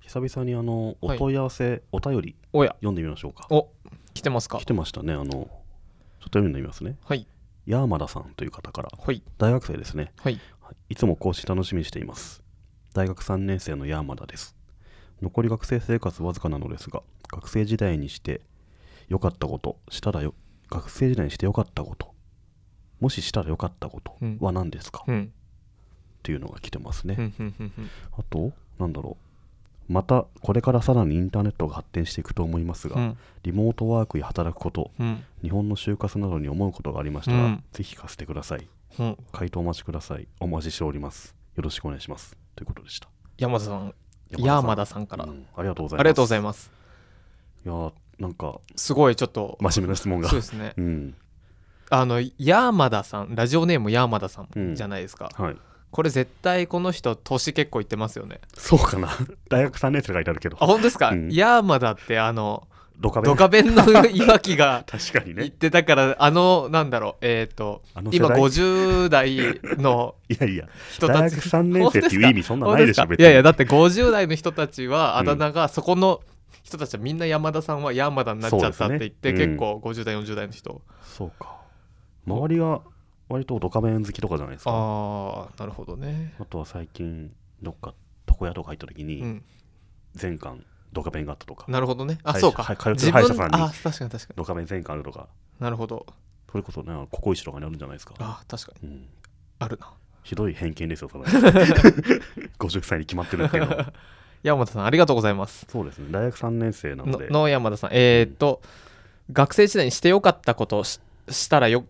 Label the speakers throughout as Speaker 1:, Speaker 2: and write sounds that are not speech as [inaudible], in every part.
Speaker 1: 久々にあの
Speaker 2: は
Speaker 1: お
Speaker 2: い
Speaker 1: 問い合わせ、お便り
Speaker 2: おや、
Speaker 1: 読んでみましょうか
Speaker 2: お、来てますか
Speaker 1: 来。てましたねあのちょっと読んでみますね
Speaker 2: はい、
Speaker 1: ヤーマダさんという方から
Speaker 2: はい、
Speaker 1: 大学生ですね
Speaker 2: はい。
Speaker 1: いつも更新楽しみにしています。大学3年生のヤーマダです。残り学生生活わずかなのですが、学生時代にして良かったこと、したらよ、学生時代にして良かったこと、もししたら良かったこと
Speaker 2: うん
Speaker 1: は何ですか、
Speaker 2: う
Speaker 1: っ
Speaker 2: ん、
Speaker 1: ていうのが来てますね。
Speaker 2: うん、うん、うんうん。
Speaker 1: あと、なんだろう。また、これからさらにインターネットが発展していくと思いますが、
Speaker 2: うん、
Speaker 1: リモートワークや働くこと、
Speaker 2: うん、
Speaker 1: 日本の就活などに思うことがありましたら、
Speaker 2: うん
Speaker 1: ぜひ聞かせてください。
Speaker 2: うん。
Speaker 1: 回答お待ちください。お待ちしております。よろしくお願いします。ということでした。
Speaker 2: 山田さん、山田さんから。あ
Speaker 1: う
Speaker 2: り
Speaker 1: んありがとうございます。
Speaker 2: がとうござい
Speaker 1: ま
Speaker 2: ます。
Speaker 1: す。いやー、なんか、
Speaker 2: すごい、ちょっと。
Speaker 1: 真面目な質問が
Speaker 2: そう。ですね。
Speaker 1: うん。
Speaker 2: あの、山田さん、ラジオネーム山田さ
Speaker 1: うん
Speaker 2: んじゃないですか。
Speaker 1: はい。
Speaker 2: これ絶対この人、年結構いってますよね。
Speaker 1: そうかな。 [laughs] 大学3年生がいてあるけど
Speaker 2: あ、、本当ですか
Speaker 1: うん
Speaker 2: 山田って、あの、
Speaker 1: ドカベン。
Speaker 2: ドカベンの [laughs] いわきが。
Speaker 1: 確かに
Speaker 2: 言っ
Speaker 1: ね。
Speaker 2: てたから、あの、なんだろう、えっ、と
Speaker 1: あの、世
Speaker 2: 今
Speaker 1: 代
Speaker 2: 50代の
Speaker 1: いやいや、
Speaker 2: 人
Speaker 1: 大
Speaker 2: た
Speaker 1: 学
Speaker 2: ち
Speaker 1: 3年生っていう意味そんなないでしょ、
Speaker 2: 本当すか
Speaker 1: 別
Speaker 2: い
Speaker 1: に。
Speaker 2: やいやだって50代の人たちは
Speaker 1: う
Speaker 2: あ
Speaker 1: ん
Speaker 2: だ名がそこの人たちはみんな山田さんは山田になっちゃったって言って、
Speaker 1: そうですね
Speaker 2: 結構50代40代の人
Speaker 1: そうか。周りが割とドカベン好きとかじゃないですか。
Speaker 2: ああなるほどね
Speaker 1: あとは最近、どっか床屋とか入った時
Speaker 2: う
Speaker 1: に、
Speaker 2: ん
Speaker 1: 全巻ドカベンがあったとか、
Speaker 2: なるほどねあ
Speaker 1: 会社
Speaker 2: そうか
Speaker 1: はい通って
Speaker 2: 自
Speaker 1: る歯医者
Speaker 2: 分
Speaker 1: さんに
Speaker 2: あ確かに確か
Speaker 1: ドカベン全巻あるとか、
Speaker 2: になるほど
Speaker 1: それこそね、あのココイチとかにあるんじゃないですか。
Speaker 2: あ確かに
Speaker 1: うん
Speaker 2: あるな
Speaker 1: ひどい偏見ですよ、そ
Speaker 2: [laughs]
Speaker 1: れ。50歳に決まってるっていうのは。
Speaker 2: 山田さんありがとうございます
Speaker 1: そうですね大学3年生なの
Speaker 2: の
Speaker 1: で
Speaker 2: の山田さんえっ、と、学生時代にしてよかったことをししたらよ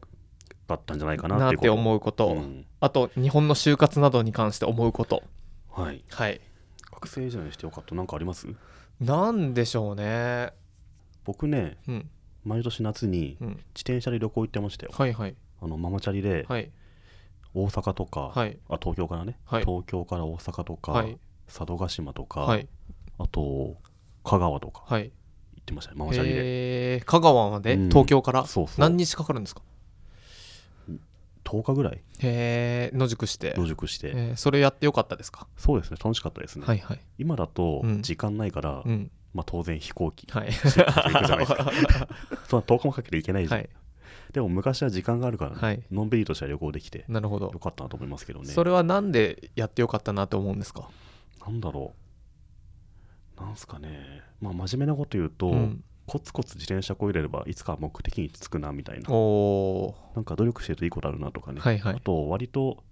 Speaker 1: だったんじゃないかなっ
Speaker 2: なって
Speaker 1: いうこ
Speaker 2: て
Speaker 1: と
Speaker 2: 思うこと、
Speaker 1: うん
Speaker 2: あと日本の就活などに関して思うこと
Speaker 1: はい
Speaker 2: はい
Speaker 1: 学生時代にしてよかったなんかあります
Speaker 2: なんでしょうね
Speaker 1: 僕ね
Speaker 2: うん
Speaker 1: 毎年夏に
Speaker 2: うん
Speaker 1: 自転車で旅行行ってましたよ
Speaker 2: はいはい
Speaker 1: あのママチャリで
Speaker 2: はい
Speaker 1: 大阪とか、
Speaker 2: はい
Speaker 1: あ東京からね、
Speaker 2: はい
Speaker 1: 東京から大阪とか、
Speaker 2: はい
Speaker 1: 佐渡島とか、
Speaker 2: はい
Speaker 1: あと香川とか
Speaker 2: はい
Speaker 1: 行ってましたねママチャリで、
Speaker 2: えー香川まで
Speaker 1: うん
Speaker 2: 東京から
Speaker 1: そうそう
Speaker 2: 何日かかるんですか
Speaker 1: 10日ぐらい
Speaker 2: へえ野宿して
Speaker 1: 野宿して、
Speaker 2: えーそれやってよかったですか
Speaker 1: そうですね楽しかったですね、
Speaker 2: はいはい
Speaker 1: 今だと
Speaker 2: うん
Speaker 1: 時間ないから、
Speaker 2: うん
Speaker 1: まあ、当然飛行機、
Speaker 2: はい
Speaker 1: 新幹線行くじゃないで
Speaker 2: [laughs]
Speaker 1: すかそんな10日もかけて行けないじゃ
Speaker 2: は
Speaker 1: ん、
Speaker 2: い
Speaker 1: でも昔は時間があるからね、
Speaker 2: はい
Speaker 1: のんびりとした旅行できて
Speaker 2: なるほど
Speaker 1: よかったなと思いますけどね。
Speaker 2: それはなんでやってよかったなと思うんですか
Speaker 1: なんだろう。なんすかね。まあ真面目なこと言うと、
Speaker 2: うん
Speaker 1: コツコツ自転車こいでればいつか目的に着くなみたいな。
Speaker 2: お
Speaker 1: なんか努力してるといいことあるなとか
Speaker 2: ー
Speaker 1: ね。
Speaker 2: はいは
Speaker 1: あ
Speaker 2: い
Speaker 1: と割と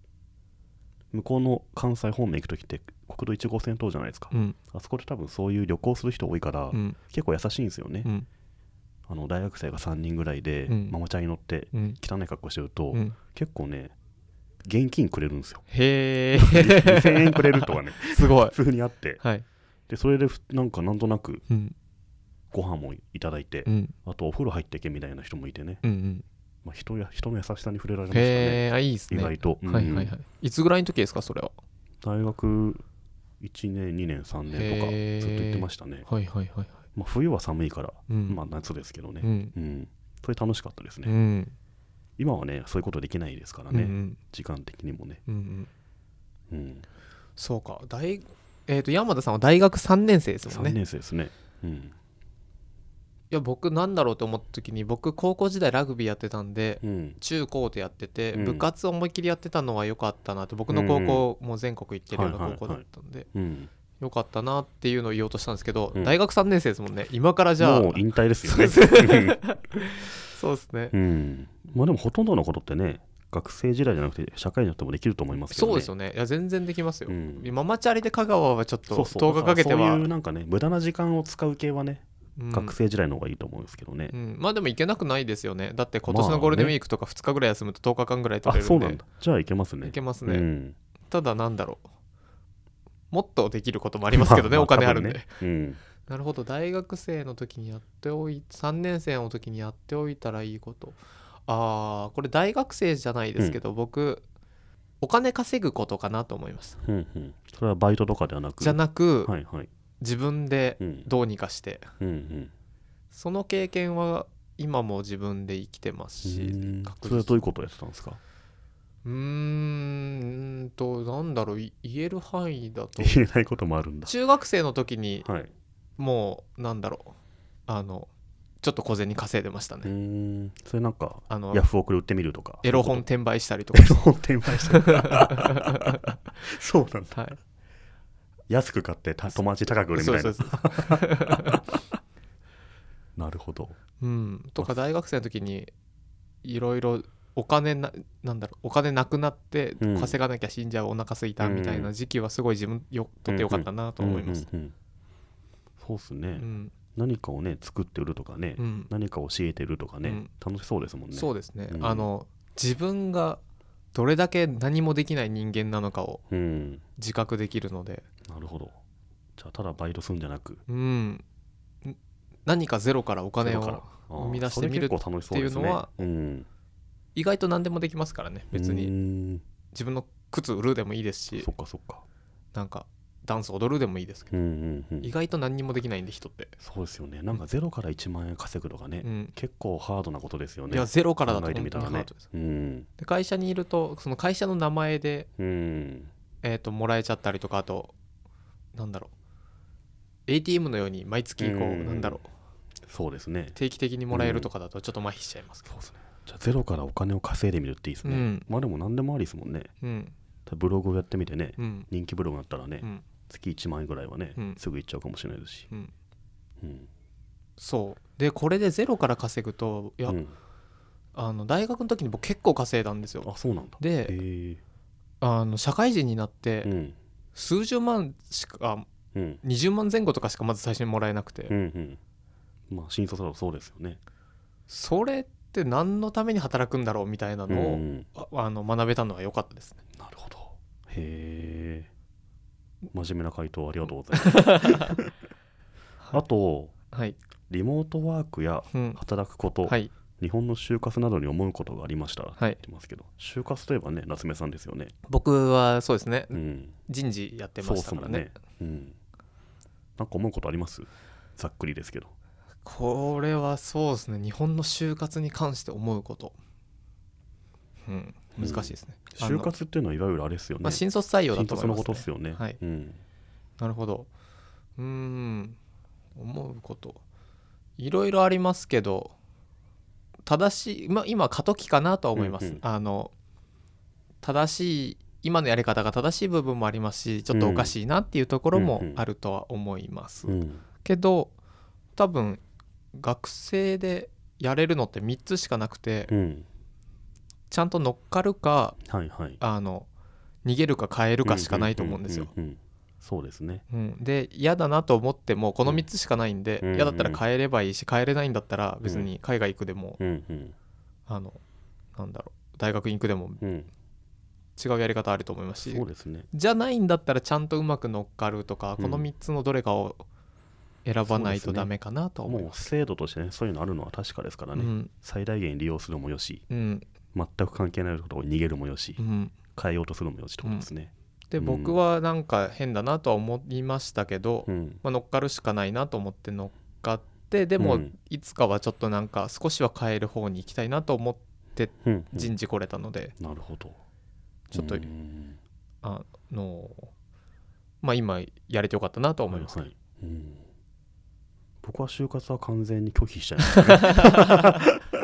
Speaker 1: 向こうの関西方面行くときって国道1号線通るじゃないですか。
Speaker 2: うん
Speaker 1: あそこで多分そういう旅行する人多いから、
Speaker 2: うん
Speaker 1: 結構優しいんですよね。
Speaker 2: うん
Speaker 1: あの大学生が3人ぐらいで、
Speaker 2: うん
Speaker 1: ママチャリ乗って
Speaker 2: うん
Speaker 1: 汚い格好してると、
Speaker 2: うん
Speaker 1: 結構ね現金くれるんです
Speaker 2: [laughs]
Speaker 1: よ。
Speaker 2: へ
Speaker 1: 2000円
Speaker 2: え
Speaker 1: くれるとかね
Speaker 2: [laughs] すごい
Speaker 1: 普通にあって
Speaker 2: はい
Speaker 1: でそれでふなんかなんとなく
Speaker 2: うん
Speaker 1: ご飯もいただいて、
Speaker 2: うん
Speaker 1: あとお風呂入ってけみたいな人もいてね、
Speaker 2: うんうん
Speaker 1: まあ、人や人の優しさに触れられましたね、
Speaker 2: へえいいです
Speaker 1: 意
Speaker 2: ねは
Speaker 1: 外と、うん
Speaker 2: いはいはいいつぐらいの時ですかそれは
Speaker 1: 大学1年2年3年とか
Speaker 2: へー
Speaker 1: ずっと行ってましたね、
Speaker 2: はいはいはいはい
Speaker 1: まあ、冬は寒いから、
Speaker 2: うん
Speaker 1: まあ、夏ですけどね、
Speaker 2: うん
Speaker 1: うんそれ楽しかったですね、
Speaker 2: うん
Speaker 1: 今はねそういうことできないですからね、
Speaker 2: うん
Speaker 1: 時間的にもね、
Speaker 2: うんうん
Speaker 1: うん、
Speaker 2: そうか大、えー、と山田さんは大学3年生ですもん
Speaker 1: 3
Speaker 2: ね
Speaker 1: 年生ですね、うん
Speaker 2: いや僕なんだろうと思った時に僕高校時代ラグビーやってたんで
Speaker 1: うん、
Speaker 2: 中高でやってて、
Speaker 1: うん
Speaker 2: 部活思いっきりやってたのは良かったなって僕の高校も全国行ってるような
Speaker 1: はいはい
Speaker 2: 高校だったんで
Speaker 1: うん、
Speaker 2: 良かったなっていうのを言おうとしたんですけど、
Speaker 1: うん
Speaker 2: 大学3年生ですもんね今からじゃあ
Speaker 1: もう引退ですよね
Speaker 2: そうです
Speaker 1: うん
Speaker 2: そうですね、
Speaker 1: [laughs] うん、まあでもほとんどのことってね学生時代じゃなくて社会になってもできると思いますけどね
Speaker 2: そうですよねいや全然できますよ、
Speaker 1: うん
Speaker 2: ママチャリで香川はちょっと
Speaker 1: そうそう
Speaker 2: 10日かけて
Speaker 1: だら
Speaker 2: は
Speaker 1: そういうなんかね無駄な時間を使う系はね、
Speaker 2: うん
Speaker 1: 学生時代の方がいいと思うんですけどね
Speaker 2: う、ん、まあでも行けなくないですよねだって今年のゴールデンウィークとか2日ぐらい休むと10日間ぐらい取
Speaker 1: あ
Speaker 2: れる
Speaker 1: そ
Speaker 2: ん
Speaker 1: う
Speaker 2: で、
Speaker 1: なんだじゃあいけますね
Speaker 2: いけます
Speaker 1: う
Speaker 2: ね、
Speaker 1: ん、
Speaker 2: ただなんだろうもっとできることもありますけど
Speaker 1: [laughs]
Speaker 2: ね、
Speaker 1: ま
Speaker 2: お金あるんで、、
Speaker 1: ま多分ね
Speaker 2: なるほど大学生の時にやっておい3年生の時にやっておいたらいいことあーこれ大学生じゃないですけど、僕お金稼ぐことかなと思いました
Speaker 1: うん、うんうんそれはバイトとかではなく
Speaker 2: じゃなく、
Speaker 1: はいはい
Speaker 2: 自分で
Speaker 1: うん
Speaker 2: どうにかして
Speaker 1: うんうん
Speaker 2: その経験は今も自分で生きてますし、
Speaker 1: うん
Speaker 2: 確実
Speaker 1: それはどういうことをやってたんですか
Speaker 2: ううーんうーんとなんだろうい言える範囲だと
Speaker 1: 言えないこともあるんだ。
Speaker 2: 中学生の時に
Speaker 1: はい。う
Speaker 2: もうなんだろうあのちょっと小銭稼いでました
Speaker 1: ー
Speaker 2: ね
Speaker 1: ん。それなんか、
Speaker 2: あの
Speaker 1: ヤフオクで売ってみるとか。
Speaker 2: エロ本転売したりと
Speaker 1: エ [laughs]
Speaker 2: か
Speaker 1: ロ本転売してる。そうなんだ。
Speaker 2: はい
Speaker 1: 安く買ってた友達高く売るみたい
Speaker 2: そう
Speaker 1: な。
Speaker 2: そうそう
Speaker 1: なるほど。
Speaker 2: うんとか大学生の時にいろいろお金ななんだろうお金なくなって
Speaker 1: うん
Speaker 2: 稼がなきゃ死んじゃうお腹空いたみたいな時期はすごい自分よとってよかったなと思います。
Speaker 1: うんうんうんそうっすね、
Speaker 2: うん
Speaker 1: 何かをね、作って売るとかね、
Speaker 2: うん
Speaker 1: 何か教えてるとかね、
Speaker 2: うん
Speaker 1: 楽しそうですもんね。
Speaker 2: そうですね
Speaker 1: うん
Speaker 2: あの自分がどれだけ何もできない人間なのかを
Speaker 1: うん。
Speaker 2: 自覚できるので
Speaker 1: なるほど。じゃあ、ただバイトするんじゃなく、
Speaker 2: うんん何かゼロからお金
Speaker 1: ゼロから
Speaker 2: を
Speaker 1: あー
Speaker 2: 生み出してみる
Speaker 1: それ結構楽しそうですね
Speaker 2: っていうのは
Speaker 1: うん、
Speaker 2: 意外と何でもできますからね別
Speaker 1: うー
Speaker 2: に
Speaker 1: ん
Speaker 2: 自分の靴売るでもいいですし
Speaker 1: そっかそっか。
Speaker 2: なんかダンス踊るでもいいですけど
Speaker 1: うんうんうん
Speaker 2: 意外と何にもできないんで人って。
Speaker 1: そうですよね。なんかゼロから1万円稼ぐとかね、
Speaker 2: うん
Speaker 1: 結構ハードなことですよね。
Speaker 2: いやゼロからだと
Speaker 1: 考え
Speaker 2: 本
Speaker 1: て
Speaker 2: 当
Speaker 1: み
Speaker 2: に
Speaker 1: たら
Speaker 2: ハー
Speaker 1: ね
Speaker 2: ドです。
Speaker 1: うん。
Speaker 2: で会社にいるとその会社の名前で、
Speaker 1: うん。
Speaker 2: えー、ともらえちゃったりとかあとなんだろう ATM のように毎月こう、
Speaker 1: うん
Speaker 2: なんだろう
Speaker 1: そうですね。
Speaker 2: 定期的にもらえるとかだとちょっと麻痺しちゃいますけど、
Speaker 1: じゃあ、ゼロからお金を稼いでみるっていいですね。
Speaker 2: うん
Speaker 1: まあでも何でもありですもんね。
Speaker 2: うん
Speaker 1: ブログをやってみてね、
Speaker 2: うん
Speaker 1: 人気ブログだったらね、
Speaker 2: うん
Speaker 1: 月1万円ぐらいはね、
Speaker 2: うん
Speaker 1: すぐいっちゃうかもしれないですし。
Speaker 2: うん
Speaker 1: うん。
Speaker 2: そうでこれでゼロから稼ぐといや、
Speaker 1: うん
Speaker 2: あの大学の時に僕結構稼いだんですよ
Speaker 1: あ、そうなんだ。
Speaker 2: で、
Speaker 1: へ
Speaker 2: あの社会人になって、
Speaker 1: え。うん。
Speaker 2: 数十万しか
Speaker 1: うん。
Speaker 2: 20万前後とかしかまず最初にもらえなくて、
Speaker 1: うんうん、まあ新卒だとそうですよね。
Speaker 2: それって何のために働くんだろうみたいなのを、
Speaker 1: うんうん
Speaker 2: ああの学べたのは良かったですね。
Speaker 1: なるほど。へえ。真面目な回答ありがとうございます。あと、
Speaker 2: はい。
Speaker 1: リモートワークや
Speaker 2: うん。
Speaker 1: 働くこと、
Speaker 2: はい。
Speaker 1: 日本の就活などに思うことがありました。って
Speaker 2: は
Speaker 1: 言
Speaker 2: い
Speaker 1: っ。てますけど、就活といえばね、夏目さんですよね。
Speaker 2: 僕はそうですね。
Speaker 1: うん。
Speaker 2: 人事やってました
Speaker 1: そう
Speaker 2: か
Speaker 1: っすも
Speaker 2: ら
Speaker 1: ん
Speaker 2: ね。。
Speaker 1: うん。なんか思うことありますざっくりですけど。
Speaker 2: これはそうですね。日本の就活に関して思うこと。うん。難しいですね。あの
Speaker 1: 就活っていうのはいわゆるあれですよね。
Speaker 2: まあ、新卒採用だ
Speaker 1: 新
Speaker 2: と思
Speaker 1: 卒
Speaker 2: い
Speaker 1: の
Speaker 2: ま、
Speaker 1: ことですす
Speaker 2: ね。
Speaker 1: よね。
Speaker 2: はい
Speaker 1: うん。
Speaker 2: なるほど。うーん。思うこと。いろいろありますけど、正しい、まあ、今、過渡期かなとは思います。
Speaker 1: うんうん
Speaker 2: あの、正しい、今のやり方が正しい部分もありますし、ちょっとおかしいなっていうところもあるとは思います。
Speaker 1: うん。
Speaker 2: けど、多分、学生でやれるのって3つしかなくて、
Speaker 1: うん。
Speaker 2: ちゃんと乗っかるか、
Speaker 1: はいはい。
Speaker 2: あの、逃げるか変えるかしかないと思うんですよ。
Speaker 1: ううううんそうですね。
Speaker 2: うん、で嫌だなと思ってもこの3つしかないんで、
Speaker 1: うん
Speaker 2: 嫌だったら変えればいいし変えれないんだったら別に海外行くでも、
Speaker 1: うんうん
Speaker 2: あのなんだろう大学に行くでも
Speaker 1: うん、
Speaker 2: 違うやり方あると思いますし
Speaker 1: そうですね。
Speaker 2: じゃないんだったらちゃんとうまく乗っかるとか、
Speaker 1: うん
Speaker 2: この3つのどれかを選ばな
Speaker 1: そうで
Speaker 2: い
Speaker 1: す
Speaker 2: と
Speaker 1: ね
Speaker 2: ダメかなとは思い
Speaker 1: も
Speaker 2: ま
Speaker 1: う
Speaker 2: す。
Speaker 1: 制度としてね、そういうのあるのは確かですからね、
Speaker 2: うん
Speaker 1: 最大限利用するもよし、
Speaker 2: うん
Speaker 1: 全く関係ないところに逃げるもよし、
Speaker 2: うん、
Speaker 1: 変えようとするもよしってことですね。
Speaker 2: で
Speaker 1: うん
Speaker 2: 僕はなんか変だなとは思いましたけど、
Speaker 1: うん、
Speaker 2: まあ、乗っかるしかないなと思って乗っかってでも、
Speaker 1: うん
Speaker 2: いつかはちょっとなんか少しは変える方に行きたいなと思って
Speaker 1: うんうん
Speaker 2: 人事来れたので、
Speaker 1: なるほど。
Speaker 2: ちょっと
Speaker 1: うん
Speaker 2: あのまあ今やれてよかったなとは思います、
Speaker 1: はいはいうん僕は就活は完全に拒否しちゃいましたね。